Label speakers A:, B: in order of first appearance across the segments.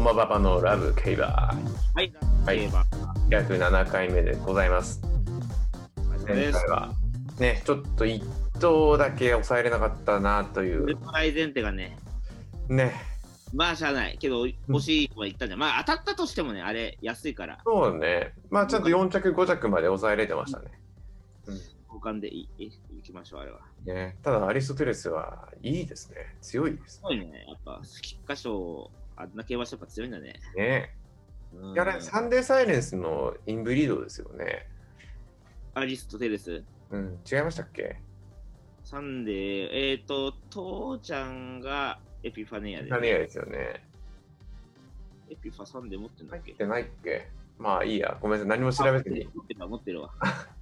A: マパパのラブケイバ
B: はい、
A: は
B: はいい、バー
A: ー約7回目でございます前
B: で
A: 回
B: す。
A: はねちょっと1頭だけ抑えれなかったなという
B: 大前提がね、
A: ね
B: まあしゃあないけど、欲しいとは言ったんじゃん。まあ当たったとしてもね、あれ安いから、
A: そうねまあちゃんと4着5着まで抑えれてましたね
B: 交換でいいいいきましょう、あれは。
A: ねただアリストテレスはいいですね強いです
B: すごいね、やっぱ、菊花賞、あんな競馬賞やっぱ強いんだね。
A: ね
B: うん
A: いやあれサンデーサイレンスのインブリードですよね
B: アリストテレス。
A: うん違いましたっけ
B: サンデー、えっ、ー、と、父ちゃんがエピファネアで、
A: 何やですよね
B: エピファサンデー持ってんだ
A: 入
B: っ
A: っ
B: け
A: てないっけまあいいやごめんなさい何も調べずに
B: 持ってるわ、持ってるわ。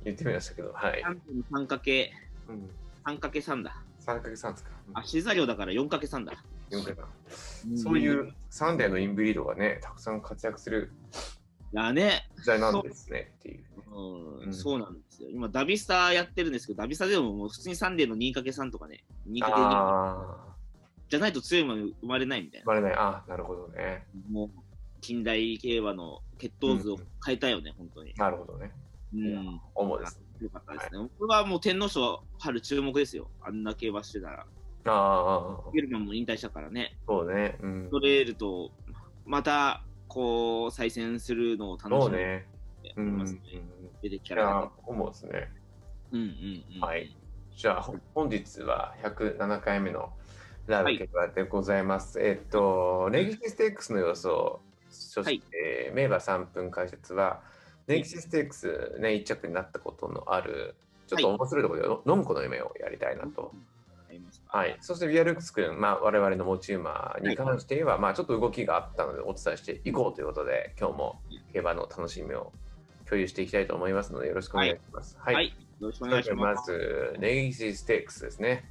A: 言ってみましたけどはい
B: サンデーの 3×、
A: うん、
B: 3×3 だ。
A: 3かけ3ですか。
B: あ、シザリオだから 4×3 だ。
A: 4かけそういうサンデーのインブリードがね、たくさん活躍する
B: だね、
A: 時代なんですねっていう。
B: うん
A: うん
B: そうなんですよ。今、ダビスタやってるんですけど、ダビスタでももう普通にサンデーの 2×3 とかね、2×2
A: ああ、
B: じゃないと強いもの生まれないみたい
A: 生
B: な。
A: まれない。ああ、なるほどね。
B: もう近代競馬の血統図を変えたよね、本当に。
A: なるほどね。
B: うん。
A: や主です。
B: よかったですね。僕はもう天皇賞春注目ですよ。あんな競馬してたら。
A: ああ、
B: ギルマンも引退したからね。
A: そうね。うん
B: 取れると、また、こう、再戦するのを楽
A: そ
B: し
A: う
B: みに
A: ね。う
B: 思い
A: ん。
B: ます
A: い
B: ね。出てきたらね
A: や、思うですね。
B: うんうんうん。
A: はい。じゃあ、ほ本日は107回目のラブ
B: はい
A: ケバでございます。えっと、ネギシステークスの予想、そ
B: は
A: し
B: い
A: て、名馬3分解説は、ネギシステークスね、1着になったことのある、ちょっと
B: はい
A: 面白いところで、の飲む子の夢をやりたいなと。
B: ありますか
A: はい。そして、ビアルックス君、まあ、我々の持ち馬に関しては、まあ、ちょっと動きがあったので、お伝えしていこうということで、今日も競馬の楽しみを共有していきたいと思いますので、よろしくお願いします。は
B: はい。よろしくお願
A: ま
B: いし
A: ず
B: ます。
A: ネギシステークスですね。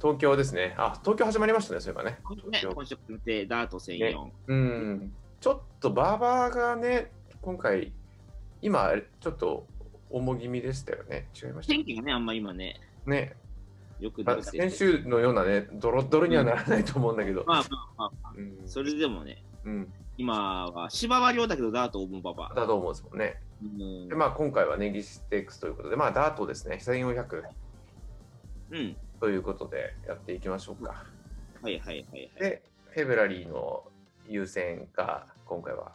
A: 東京ですね。あ、東京始まりましたね、そういえばね。
B: ね、今週決定、ダート専用。
A: うん。ちょっとバーバーがね、今回、今、あれちょっと重気味でしたよね。違いました
B: 天気がね、あんま今ね、
A: ね。
B: よく
A: ま
B: な
A: あ
B: くて。
A: 先週のようなね、ドロッドロにはならないと思うんだけど。
B: まあまあまあ、
A: うん、
B: それでもね、
A: うん、
B: 今は芝は量だけど、ダートオーブンパパ。
A: だと思うんですもんね。
B: うん
A: で、まあ今回はネギシステークスということで、まあダートですね、1400
B: うん。
A: ということでやっていきましょうか。
B: はいはいはいはい。
A: で、フェブラリーの優先が今回は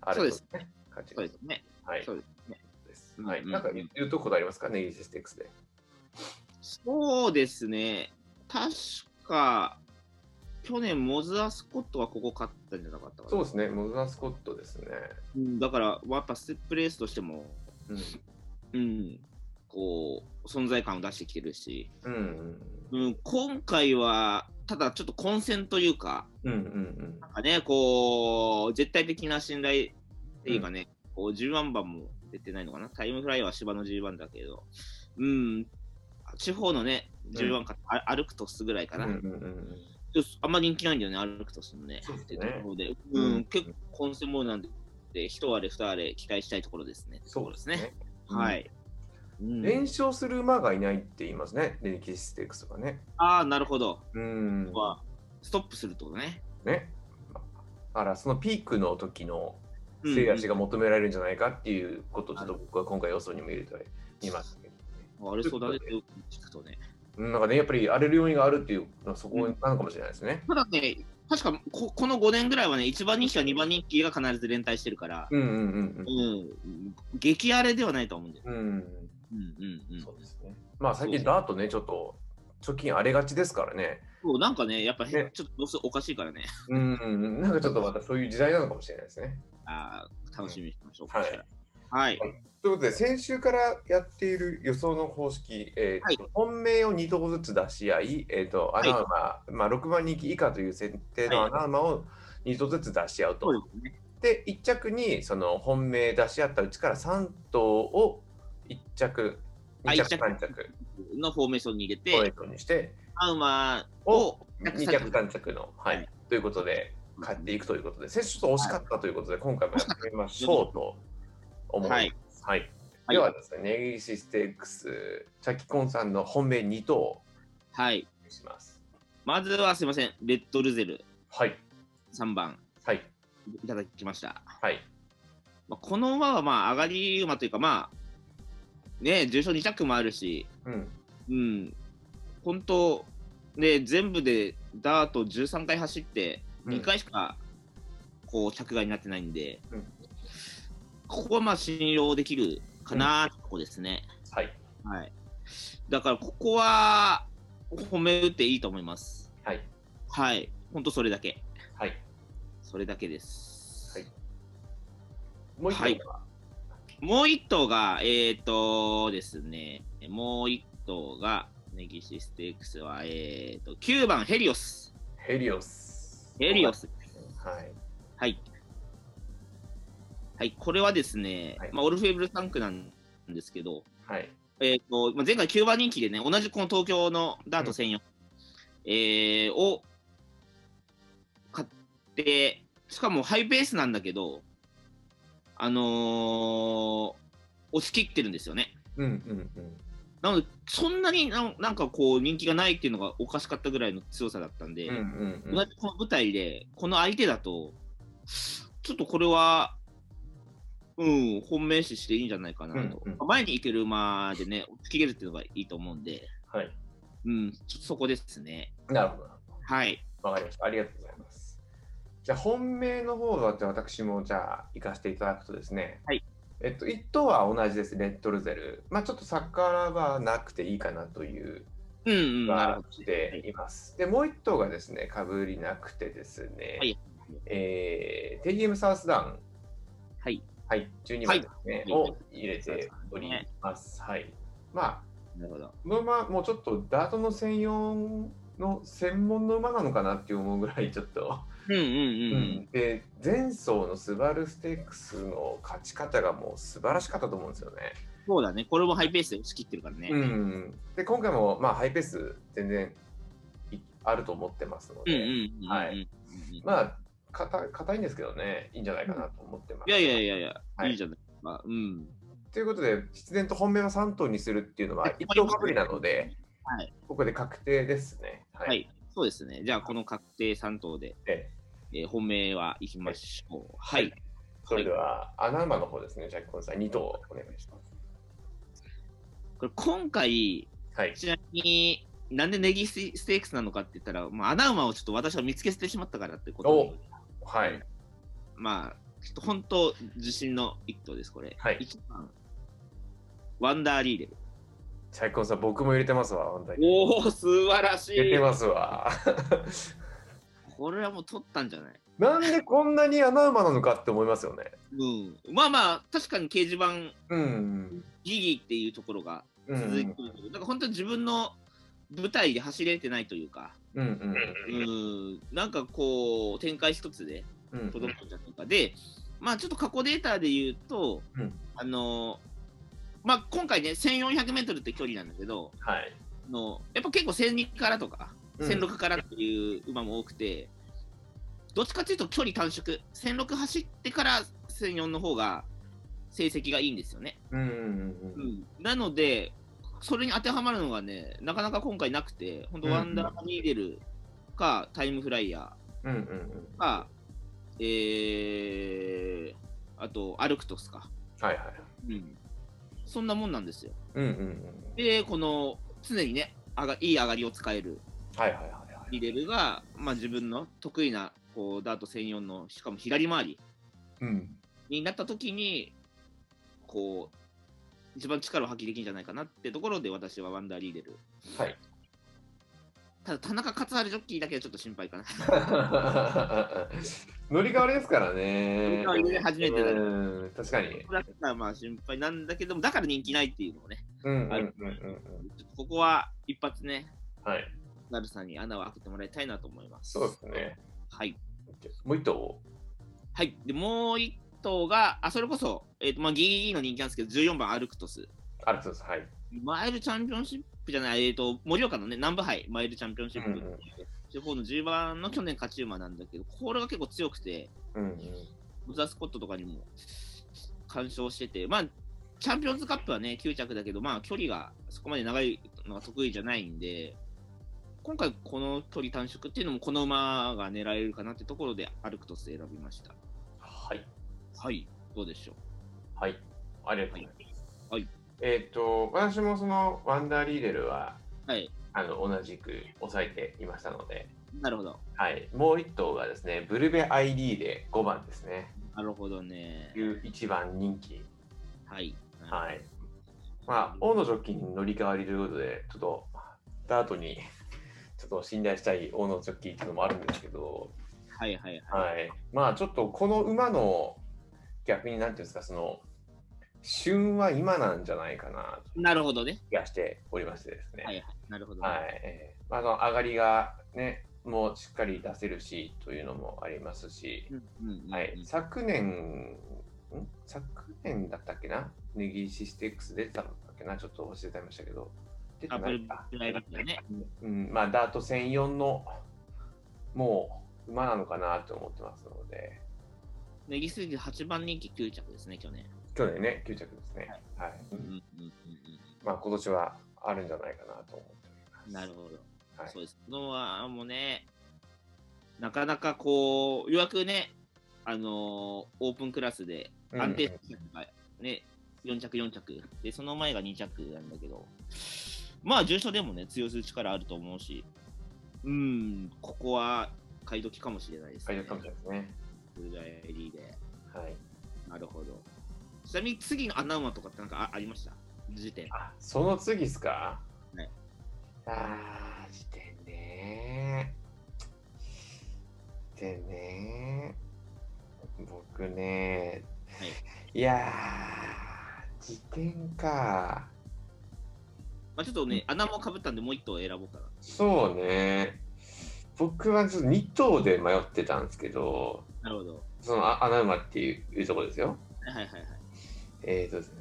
A: あるんですね。感じ
B: そう
A: で
B: ですす。ね。
A: はい。
B: そ
A: そうう
B: ですね。
A: です。はい。
B: うんうん
A: なんか言う言うとこありますかネギシステックスで。
B: そうですね。確か、去年、モズ・アスコットはここ勝ったんじゃなかったか
A: そう
B: な。
A: ですね。モズナスコットですね。
B: うんだから、やっぱステップレースとしても、
A: うん。
B: うん、こう、存在感を出してきてるし、
A: うん
B: うん、今回は、ただちょっと混戦というか、
A: うんうんうん
B: なんかね、こう、絶対的な信頼っていうかね、こう10番番も出てないのかな、タイムフライは芝の10番だけど、うん、地方のね、10番か、あ歩くとすぐらいか
A: うんう
B: な、
A: んうんうん。
B: ちょっとあんま人気ないんだよね、歩くとすもね。
A: そうです
B: って
A: ね
B: ところで、うん、
A: うん
B: 結構混戦もなんで、一割れ二割れ期待したいところですね。
A: そうですね。
B: ところですね。はい。
A: うん。
B: う
A: 連
B: ん
A: 勝する馬がいないって言いますね。ネギシステックスがね。
B: ああ、なるほど。
A: うん。
B: はストップするってことね。
A: ね。だからそのピークの時の
B: うん
A: 末足が求められるんじゃないかっていうことをちょっと僕は今回予想にも入れてみましたけどね。
B: あれそうだねってよく聞くとね。
A: うんなんかね、やっぱり荒れる要因があるっていうのはそこなのかもしれないですね。
B: ただね、確かここの5年ぐらいはね、1番人気か2番人気が必ず連帯してるから、
A: うんうん
B: うん、激荒れではないと思うんだよ。
A: うんうん。
B: うんうん
A: う、
B: うんん。
A: そ
B: そう
A: ですね。まあ最
B: そ
A: 近
B: う
A: ダートね、ちょっと貯金荒れがちですからね。
B: うなんかね、やっぱへ、
A: ね
B: ちょっとどうせおかしいからね、
A: うんうん、なんかちょっとまたそういう時代なのかもしれないですね。
B: あー楽しみにしましょう。
A: はい
B: こちらはい。
A: ということで、先週からやっている予想の方式、えーと本命を2頭ずつ出し合い、えー、と
B: い
A: 穴馬、まあ、6番人気以下という設定の
B: はい
A: 穴馬を2頭ずつ出し合うと。
B: そうですね。
A: で1着にその本命出し合ったうちから3頭を1着
B: あ
A: 2着
B: 一着
A: 3着
B: のフォーメーションに入れ
A: ポイン
B: て、
A: トにして
B: アウマ
A: を
B: を
A: 2着3着のはい、
B: はい
A: ということで買っていくということで先週ちょっと惜しかったということで、今回もやってみましょうと思います。は
B: はいい
A: ではですね、ネギリシステークス、チャキコンさんの本命2頭を
B: はい。
A: お願いします。
B: まずはすいません、レッドルゼル。
A: はい。
B: 3番
A: はい。
B: いただきました。
A: はい。
B: まあ、この馬はまあ上がり馬というかまあね重賞2着もあるし、
A: うん。
B: うん、本当ね全部でダート13回走って
A: うん
B: 2回しかこう着外になってないんで、
A: うん
B: ここはまあ信用できるかなってとこですね、
A: はい。
B: はいだからここは褒め打っていいと思います
A: はい。
B: はい本当それだけ
A: はい。
B: それだけです、
A: はいもう一
B: は
A: 回
B: いもう一頭が、えっ、とですね、もう一頭が、ネギシステークスは、えっ、と、9番ヘリオス。
A: ヘリオス。
B: ヘリオ。ス。
A: はい。
B: はい。はい、これはですね、
A: はい
B: まあ、オルフェブルタンクなんですけど、
A: はい。
B: えっ、と、まあ、前回9番人気でね、同じこの東京のダート専用、えーを買って、しかもハイペースなんだけど、あのー押し切ってるんですよね。
A: うんうんうん。
B: なので、そんなになんなんかこう人気がないっていうのがおかしかったぐらいの強さだったんで、
A: うんうんうん
B: 同じこの舞台で、この相手だと、ちょっとこれは、うん、本命視していいんじゃないかなと。
A: うんう
B: 前に行ける馬でね、突き切れるっていうのがいいと思うんで、
A: はい。
B: うん、ちょっとそこですね。
A: なるほど。
B: はい。
A: わかりました。ありがとうございます。じゃあ本命の方はじゃあ私もじゃあ行かせていただくとですね、
B: はい
A: えっと、1頭は同じです、レッドルゼル。まあ、ちょっとサッカーはなくていいかなという
B: うんうん、
A: 気
B: なる
A: が
B: ほど。
A: しています。で、もう1頭がですね、かぶりなくてですね、
B: はい
A: えー、TM サウスダウン、
B: はい。
A: はい、12番ですね、
B: はい
A: を入れております。はい。まあ
B: なるほど。
A: この馬もうちょっとダートの専用の専門の馬なのかなって思うぐらいちょっと、
B: うんうんうん。
A: で前走のスバルステークスの勝ち方がもう素晴らしかったと思うんですよね。
B: そうだね。これもハイペースで押し切ってるからね。
A: う。ん、で今回もまあハイペース全然いあると思ってますの
B: うんう
A: で、
B: んうんうん。
A: はい
B: うんうん。
A: まあ硬い硬いんですけどねいいんじゃないかなと思ってます。
B: いやいやいやいや、、
A: はいい
B: いじゃないですか。うん。
A: ということで必然と本命は3頭にするっていうのは一頭かぶりなので、
B: はい
A: ここで確定ですね。は
B: はい、そうですね。じゃあ、この確定3頭で、
A: ええ
B: えー本命はいきましょう。はい。
A: それでは、穴馬の方ですね、ジャックコンさん、2頭お願いします。
B: これ今回、
A: はい。
B: ちなみに、なんでネギスステークスなのかって言ったら、まあ、穴馬をちょっと私は見つけ捨てしまったからってことで
A: おはい。
B: まあ、ちょっと本当、自信の一頭です、これ。
A: はい
B: 一番、ワンダーリーデル。
A: ジャックコンさん、僕も入れてますわ、本当に。
B: おお、素晴らし
A: 入れ
B: い
A: て。ます わ。
B: これはもう取ったんじゃない
A: なんでこんなに穴馬なのかって思いますよね。
B: うん。まあまあ、確かに掲示板、
A: うん。
B: ギギっていうところが
A: うん。
B: 続いてるけど、なんか本当に自分の舞台で走れてないというか、
A: うんうん
B: うん、なんかこう、展開一つで
A: うん。うん
B: とどまったとかで、まあちょっと過去データで言うと、
A: うん
B: あの、まあ今回ね、1400メートルって距離なんだけど、
A: はい。
B: あのやっぱ結構1002からとか、
A: うん
B: 1006からっていう馬も多くて、どっちかというと距離短縮、1006走ってから1004の方が成績がいいんですよね。
A: うんうんう
B: うんんなので、それに当てはまるのがね、なかなか今回なくて、本当、
A: うん
B: ワンダーニーデルか、タイムフライヤ
A: うん。うんうんうん。
B: ーか、えー、あと、アルクトスか、
A: はいはい。
B: うん、そんなもんなんですよ。
A: うんうんうん。
B: で、この、常にね、上がいい上がりを使える
A: はいはいはいはい。
B: リーデルが、まあ、自分の得意なこうダート専用の、しかも左回り
A: うん。
B: になった時に、こう、一番力を発揮できるんじゃないかなってところで、私はワンダーリーデル。
A: はい。
B: ただ、田中勝春ジョッキーだけはちょっと心配かな。
A: 乗り換わりですからね。
B: 乗り換わりで 初めてだね
A: うん。確かに。
B: だからまあ心配なんだけども、だから人気ないっていうのもね、
A: うんうんうんうんうん。
B: ちょっとここは一発ね、
A: はい。
B: なるさんに穴を開けてもらいたいなと思います。
A: そうですね。
B: はい。
A: もう一頭。
B: はい。で、もう一頭が、あ、それこそ、えっ、と、まあ、ギリギリの人気なんですけど、14番アルクトス。
A: あるそうです。はい。
B: マイルチャンピオンシップじゃない、えっ、と、盛岡のね、南部杯、マイルチャンピオンシップっていう
A: うんうん
B: 地方の10番の去年勝ち馬なんだけど、これが結構強くて、
A: うんうん。
B: ザスコットとかにも干渉してて、まあ、チャンピオンズカップはね、9着だけど、まあ、距離がそこまで長いのが得意じゃないんで、今回この距離短縮っていうのもこの馬が狙えるかなってところで歩くと選びました。
A: はい。
B: はい、どうでしょ
A: はい。ありがとうございます。
B: はい。
A: えっ、と、私もそのワンダーリーデルは、
B: う。はい、
A: あの、同じく抑えていましたので、
B: なるほど。
A: はい。もう一頭がですね、ブルベ ID で5番ですね。
B: なるほどね
A: い。う一番人気。
B: はい。
A: はい。まあ、大野ジョッキーに乗り換わりということで、ちょっと、ダートに、ちょっと信頼したい大野ジョッキーっていうのもあるんですけど、
B: はいはいはい。
A: はい。まあ、ちょっとこの馬の、逆になんていうんですか、その、旬は今なんじゃないかなと
B: なるほどね。
A: 気がしておりましてですね。
B: はいはい。なるほど、ね。
A: はい、えーまあ、あの上がりがね、もうしっかり出せるしというのもありますし
B: う、んうんうんうん
A: はい、昨年、ん昨年だったっけな、ネギシステックス出てたんだっけな、ちょっと忘れちゃいましたけど、出
B: ア
A: て
B: ッ
A: な
B: プル
A: いか。
B: ドライバーだね。
A: うん、まあ、ダート1004の、もう、馬なのかなと思ってますので、
B: ネギスギ8番人気9着ですね、去年。
A: 去年ね、9着ですね。はい。
B: うんうんうんうん
A: まあ、今年はあるんじゃないかなと思ってお
B: う
A: り
B: ん。
A: ま
B: な
A: す。
B: るほど。
A: はい
B: そうです。このはもうね、なかなかこう、ようやくね、あのーオープンクラスで
A: うん
B: 安定したのがね、4着4着。で、その前が2着なんだけど、まあ、重賞でもね、強する力あると思うし、うん、ここは買い時かもしれないです
A: はい、
B: ね。
A: やったかもしれないですね。
B: ブルガリーで。
A: はい。
B: なるほど。ちなみに次の穴馬とかってなんかあありました時点。
A: あその次っすか
B: はい
A: あー、時点ね時点ね僕ね、、
B: はい
A: やー、時点か
B: まあ、ちょっとね、穴もかぶったんで、もう一頭選ぼうかな。
A: そうね。僕はちょっと2頭で迷ってたんですけど、
B: なるほど。
A: そのあ穴馬っていうところですよ。
B: はいはいはいはい。
A: えーとですね、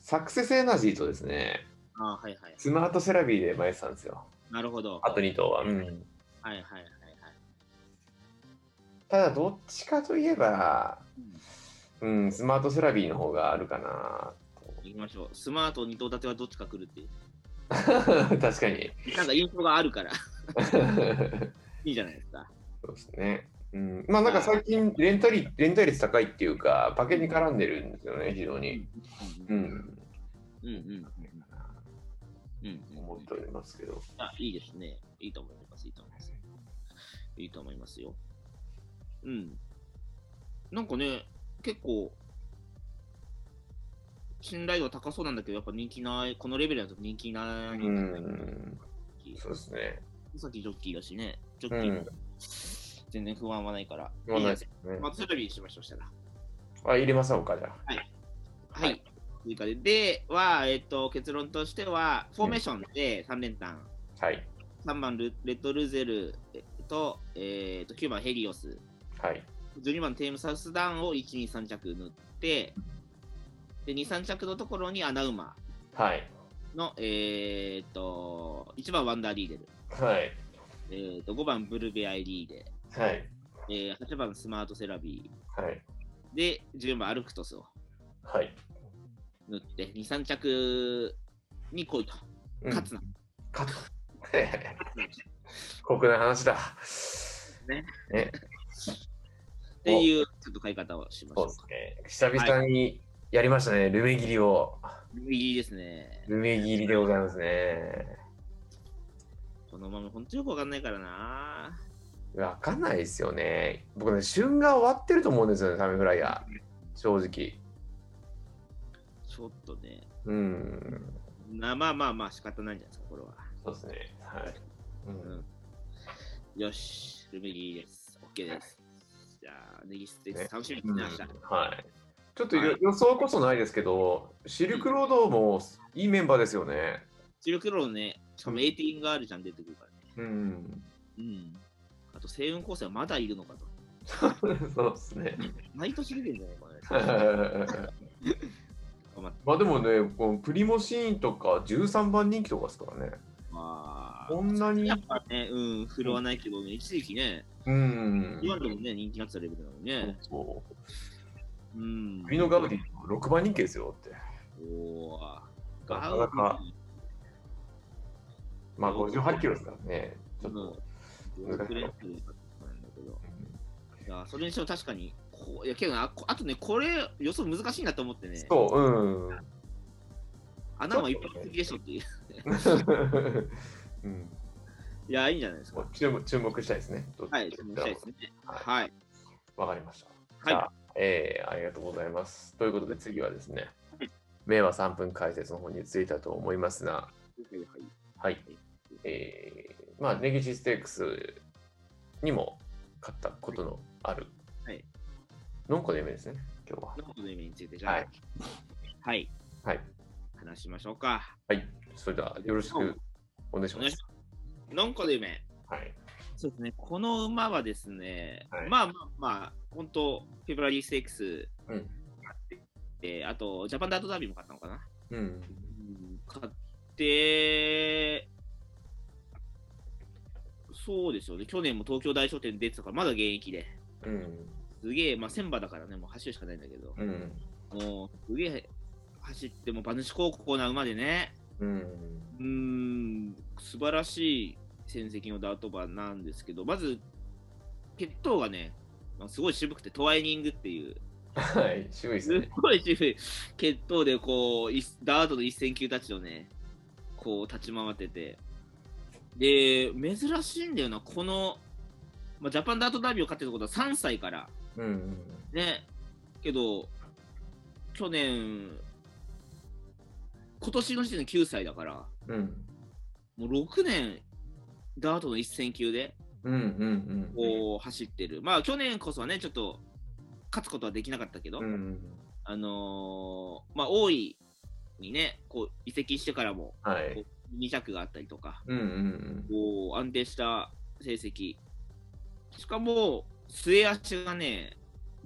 A: サクセスエナジーとですね、
B: ああ、はいはい。
A: スマートセラビーで迷ってたんですよ。
B: なるほど。
A: あと2頭は。うん
B: はいはいはいはい。
A: ただどっちかといえば、
B: うん
A: うん、スマートセラビーの方があるかな
B: 行きましょう。スマート二頭立てはどっちか来るってい
A: と確かに
B: う。なんか印象があるから、
A: そ
B: いいじゃないですか。
A: うですね、うん、まあなんか最近レンタリレンタ率高いっていうかパケに絡んでるんですよね非常
B: う
A: に
B: ん
A: う
B: うん
A: ん
B: うんうんうんうん。
A: 思っておりますけど
B: あ、いいですね。いいと思います。いいと思います。いいと思いますよ。うん。なんかね、結構、信頼度は高そうなんだけど、やっぱ人気ない、このレベルだと人気ない。
A: うんそうですね
B: さっきジョッキーだしね、ジョ
A: う
B: ッキー
A: ん
B: も全然不安はないから。
A: まあ
B: いい
A: ないで
B: やつ
A: すね
B: まあ、それよりしましょう、したら。
A: あ入れましょうかじゃ
B: は
A: はい
B: い。追加で。では、えっと、結論としては、フォーメーションで3連単。
A: あはい
B: 3番ルレッドルゼルと,、えー、と9番ヘリオス
A: はい
B: 12番テームサウスダウンを123着塗ってで23着のところに穴馬
A: はい
B: の、えー、と1番ワンダーリーデル、
A: はい
B: えー、と5番ブルベアイリーデ
A: はい
B: えー、8番スマートセラビ
A: はい
B: ーで14番アルクトスを
A: はい
B: 塗って23着に来いと
A: うん
B: 勝つな、
A: 勝つ
B: 勝つなっ
A: 酷な話だ
B: ね
A: ね
B: ていうちょっと買い方をしまし
A: そ
B: ょ
A: う
B: う
A: で
B: か
A: すね。久々にやりましたね、ルメ切りを。
B: いいですね
A: ルメ切りでございますね。
B: このまま本当よくわかんないからな
A: わかんないですよね。僕ね、旬が終わってると思うんですよね、サメフライヤー。正直。
B: ちょっとね、
A: うん。
B: なまあまあまあ仕方ないんじゃないですか、これは。
A: そうですね。はい。う
B: うん
A: ん、
B: よし、ルメギーです。OK です。じゃあ、ネギステー
A: ね
B: キ楽しみに
A: う
B: し
A: ん
B: てました。
A: はい。ちょっとよ
B: はい
A: 予想こそないですけど、シルクロードもいいメンバーですよね。
B: シルクローね、しかも18ガールじゃん出てくるからね。
A: うん。
B: うん。あと、星雲構成はまだいるのかと。
A: そうですね。。
B: 毎年出てるんじゃないかな
A: まあでもね、このプリモシーンとか13番人気とかですからね。
B: まあ、
A: こんなに
B: やっ。ぱね、うん、振るわないけどね、一時期ね、
A: うん。
B: 今でもね、人気になってたレベルなのにね。
A: そう。
B: うん。
A: 首のガウディ6番人気ですよって。
B: おー
A: な
B: ガ
A: か
B: ウデ
A: な
B: ィ
A: か。まあ58キロですからね。ちょっと。
B: うん
A: 難しい
B: レッドだったんだけど。いや、それにしても確かに、こういや、けどな、こあとね、これ、予想難しいなと思ってね、
A: そう、うん。
B: 穴は一発的でしょっていう。
A: うん、
B: いや、いいんじゃないですか。
A: 注目注目したいですね。どっち
B: はい、注目したいですね。はい。
A: わかりました。
B: はい
A: じゃあえーありがとうございます。ということで次はですね、名和3分解説の方についたと思いますが、はい。えーまあ、ネギシステークスにも勝ったことのある、
B: はい。
A: ノンコで有名ですね、今日は。
B: ノーの意味について、じゃあ、
A: は
B: はいい、
A: はい。
B: 話しましょうか。
A: はい。それでは、よろしくお願いしま
B: お願い
A: す
B: し。ます。ノンコで夢。
A: はい。
B: そうですね、この馬はですね、
A: はい
B: まあまあまあ、本当、フェブラリーステークス
A: うん。
B: で、あと、ジャパンダートダービーも勝ったのかな。
A: うん。
B: 買って、そうですよね、去年も東京大書店出てたから、まだ現役で、
A: うん。
B: すげえ、まあ、千葉だからね、もう走るしかないんだけど、
A: うん。
B: もう、すげえ走って、もう馬主高校な馬でね、
A: うん。
B: うーん、素晴らしい戦績のダート馬なんですけど、まず、血統がね、まあすごい渋くて、トワイニングっていう、
A: はい。渋いです
B: すっ
A: ね。
B: ごい渋い血統でこういダートの一戦級たちをねこう立ち回っててで珍しいんだよなこの、まあ、ジャパンダートダービーを勝ってることは3歳から
A: うん。
B: ねけど去年今年の時点で9歳だから
A: うん。
B: もう6年ダートの一戦級で
A: うん。うん。
B: こう走ってるまあ去年こそはねちょっと勝つことはできなかったけど、
A: うん。うん。
B: あのーまあ、大井にね、こう移籍してからも
A: はい。
B: 2着があったりとか、
A: うん。うん。
B: こう安定した成績、しかも末足がね、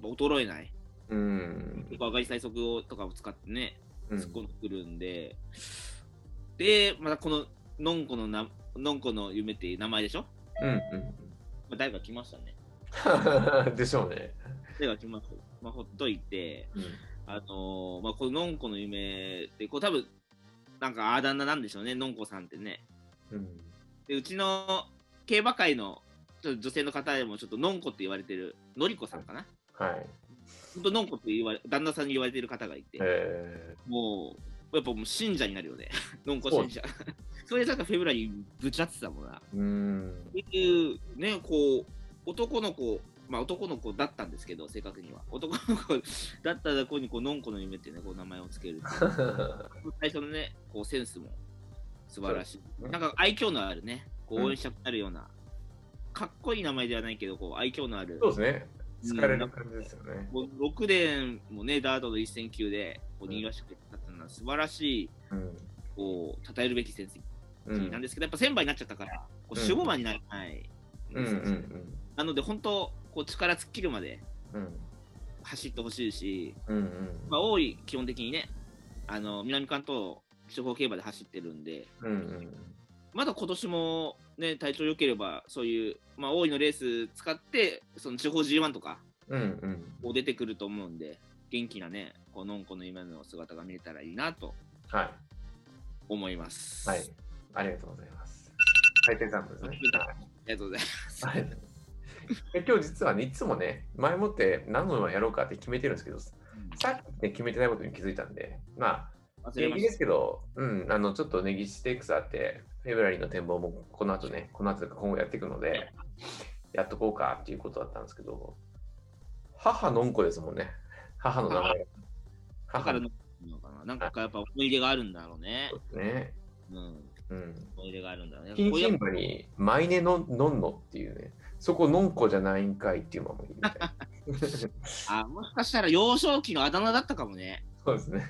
B: やっぱ衰えない、
A: うん。
B: 結構上がり最速をとかを使ってね、
A: うん
B: 突っ込んでくるんで、で、またこののんこのな、のんこの夢っていう名前でしょ、
A: うん
B: まあ、誰か来ましたね、
A: うん。 でしょうね。
B: 誰か来ました、まあ、ほっといて、あのーまあ、こののんこの夢って、こう多分なんかあだ名なんでしょうね、のんこさんってね。
A: うん。
B: でうちの競馬界のちょっと女性の方でもちょっとのんこって言われてるのりこさんかな
A: はい。
B: ほんとのんこって言われ旦那さんに言われてる方がいて
A: え
B: もうやっぱもう信者になるよね のんこ信者 それでなんかフェブラリーぶちゃってたもんなっ
A: ー。うん。
B: ていうねこう男の子まあ男の子だったんですけど正確には男の子だった子にこうのんこの夢ってねこう名前をつける最初のねこうセンスも素晴らしい
A: うん
B: なんか愛嬌のあるね、こ
A: う
B: うん応援したくなるような、かっこいい名前ではないけど、こう愛嬌のある、
A: そうですね。疲れる感じですよね。
B: こう6年もね、ダートの一戦級で、こう
A: うん
B: 逃がしてくれたっていうのは素晴らしい、
A: うん。
B: こう、称えるべき戦績
A: うん。
B: なんですけど、やっぱ1000倍になっちゃったから、こ
A: う
B: う
A: ん
B: 守護馬にならない、
A: うんうん
B: なので、本当、こう力尽きるまで
A: うん。うん
B: 走ってほしいし、
A: うん
B: まあ、多い、基本的にね、あの南関東、地方競馬で走ってるんで、
A: うんうん
B: まだ今年もね、体調良ければ、そういう、まあ、大井のレース使って、その地方 G1 とか
A: うんうん
B: も出てくると思うんで、元気なね、このんこの今の姿が見れたらいいなと
A: はい
B: 思います。
A: はい
B: あ
A: ありがとうございます回転残ですね
B: りがとうございま す。
A: はいえ今日実はねいつもね前もって何の馬やろうかって決めてるんですけどさっきね決めてないことに気づいたんでまあ
B: 忘れ
A: 平
B: ま
A: 気
B: し
A: で
B: た。
A: すけどうんあのちょっとネギステークスあってフェブラリーの展望もこの後ねこの後というか今後やっていくのでやっとこうかっていうことだったんですけど母のんこですもんね母の名前
B: だ
A: 母
B: から
A: の
B: のかななんかやっぱ思い出があるんだろうね。
A: ね
B: うん、
A: うん
B: 思い出があるんだろうね。
A: キン
B: こう
A: キ
B: や
A: ンバに、マイネののんのっていうね、そこのんこじゃないんかいっていうのもいいみたいな。
B: あもしかしたら幼少期のあだ名だったかもね。
A: そうですね。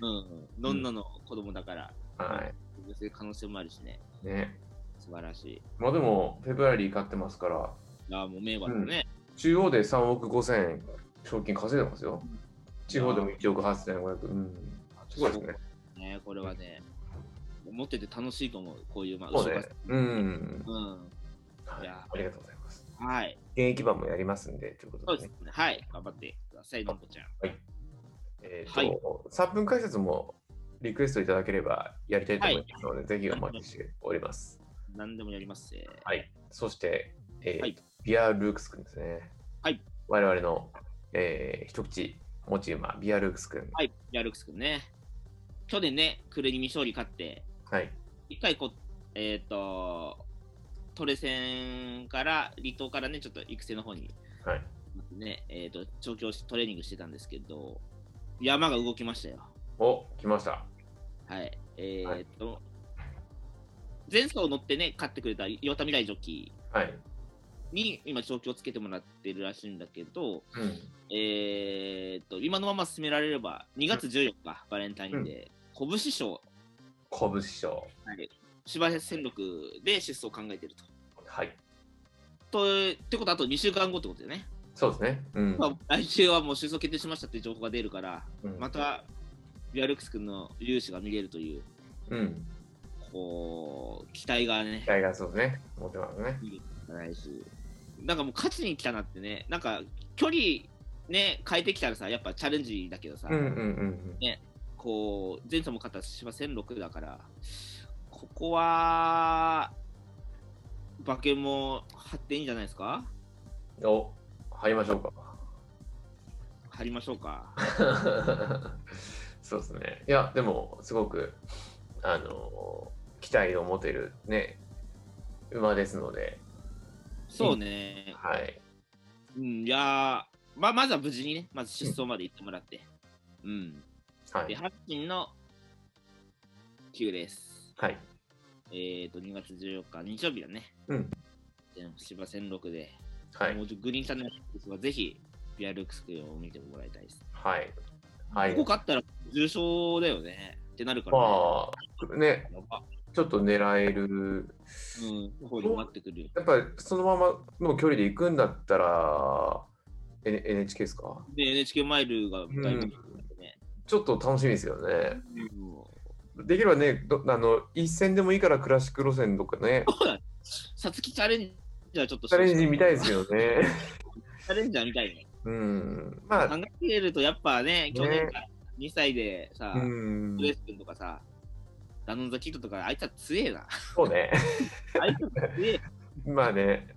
B: うん。のんのの子供だから、
A: は
B: そういう可能性もあるしね。
A: い。ね。
B: 素晴らしい。
A: まあでも、フェブラリー買ってますから、
B: ああ、もう名馬だね。
A: 中央で3億5千賞金稼いでますよ。地方でも1億8千5百。うん。すごいですね。
B: ね、これはね、持ってて楽しいと思う、こういう、まあ、
A: そうね
B: 後ろ。
A: う
B: が
A: ん。
B: うん。
A: はいい。
B: や
A: ありがとうございます。
B: はい。
A: 現役版もやりますんで、というこ
B: そ
A: と
B: う
A: で
B: です
A: ね
B: ね。。はい。頑張ってください、のんこちゃん。
A: えっ
B: はい
A: と、3分解説もリクエストいただければやりたいと思いますので、ぜひお待ちしております。
B: 何でもやりますぜ。
A: はい。そして、えー
B: はい
A: ビアルークス君ですね。
B: はい。
A: 我々の、えー一口持ち馬、ビアルークス君。
B: はい、じゃあルックス君ね。去年ね、クレニミ勝利勝って、
A: はい。
B: 一回こう、えっ、と、トレセンから、離島からね、ちょっと育成の方に、
A: はい。
B: ね、えっ、と、調教し、トレーニングしてたんですけど、山が動きましたよ。
A: お、来ました。
B: はい。えっ、と、前走乗ってね、勝ってくれた岩田未来ジョッキ
A: はい。
B: ーに、今、調教つけてもらってるらしいんだけど、
A: うん。
B: えっ、と、今のまま進められれば、2月14日、バレンタインデー、拳賞、
A: 拳師匠。
B: はい、芝戦力で出走を考えてると。
A: はい。
B: とってことはあと2週間後ってことだよね。
A: そうですね。うん。
B: まあ、来週はもう出走決定しましたっていう情報が出るから、
A: うん
B: ま。たビアルックス君の勇姿が見れるという、
A: うん。
B: こう、期待がね
A: 期、待がそうですね。持ってますね。
B: ないし、なんかもう勝ちに来たなってね、なんか距離ね、変えてきたらさ、やっぱチャレンジだけどさ、
A: うんうんうん
B: こう、前走も勝った芝1006だから、ここは、馬券も張っていいんじゃないですか
A: うん。お、入りましょうか。
B: 張りましょうか。
A: そうですね。いや、でも、すごく、あの、期待を持てるね、馬ですので、
B: そうね。
A: はい。
B: うん、いやー、まあ、まずは無事にね、まず出走まで行ってもらって。うん。
A: は
B: で、
A: い。
B: ハッチンの9です。
A: はい。
B: えっ、ー、と、2月14日、日曜日だね。
A: うん。
B: で芝1006で、
A: はい
B: も。うちょグリーンチャンネルですが、ぜひ、ビアルックス君を見てもらいたいです。
A: はい。はい。
B: ここ勝ったら重賞だよね。ってなるから、
A: まあ、ね、
B: やば
A: ちょっと狙える。
B: うん、方になってくるよ。
A: やっぱりそのままの距離で行くんだったら、N、NHK ですか
B: で、NHK マイルが大分ね。
A: ちょっと楽しみですよね。
B: うん
A: できればね、どあの一戦でもいいからクラシック路線とか ね、
B: さつきチャレンジャーちょっと
A: チャレンジ見たいです
B: よ。
A: よね。
B: チャレンジャー見たいね。
A: うん。まあ
B: 考、えるとやっぱね、去年から2歳でさ、
A: う
B: ウ
A: ん。
B: エス君とかさ、ダノンザキットとか、あいつは強え な。
A: そうね。
B: あいつは強え。
A: まあね、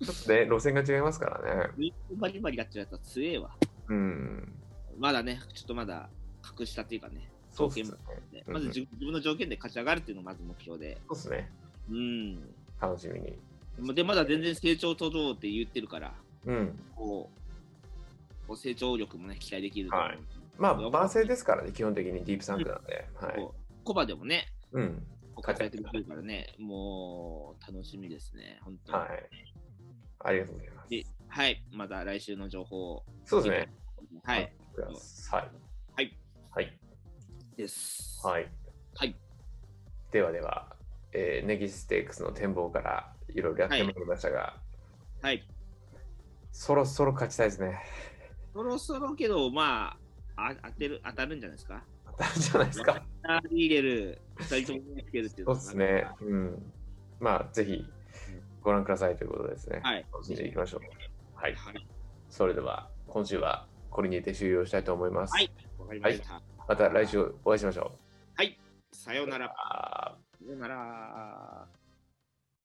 A: ちょっとね、路線が違いますからね。
B: バリバリやってるやつは強えわ。
A: うん。
B: まだね、ちょっとまだ隠したっていうかね、
A: そうっすね。
B: で
A: うん
B: まず自自分の条件で勝ち上がるっていうのがまず目標で。
A: そうっすね。
B: うん。
A: 楽しみに。
B: で、まだ全然成長途上って言ってるから、
A: うん。
B: こう、こう成長力もね、期待できると思う。
A: はいまあ、万世ですからね、基本的にディープサンクなんで。はい。
B: こうコバでもね、
A: うん。
B: 活躍できるからね、もう楽しみですね、本当に。
A: はい。ありがとうございます。
B: ではい、また来週の情報を。
A: そうですね。
B: はい。
A: ください。
B: はい。
A: はい。
B: です。
A: はい。
B: はい
A: ではでは、えーネギステークスの展望からいろいろやってまいりましたが、
B: はい。
A: そろそろ勝ちたいですね。
B: そろそろけど、まあ、あ当てる、当たるんじゃないですか。
A: 当たるんじゃないですか。
B: アーリーレル、二人ともつけるっていう
A: そ
B: の
A: うですね。。うん。まあ、ぜひご覧くださいということですね。
B: はい。
A: 楽しんでいきましょう。はい。
B: はい。
A: それでは、今週はこれにて終了したいと思います。
B: はいわかりました。
A: また来週お会いしましょう。
B: さようなら。
A: あー
B: さようなら。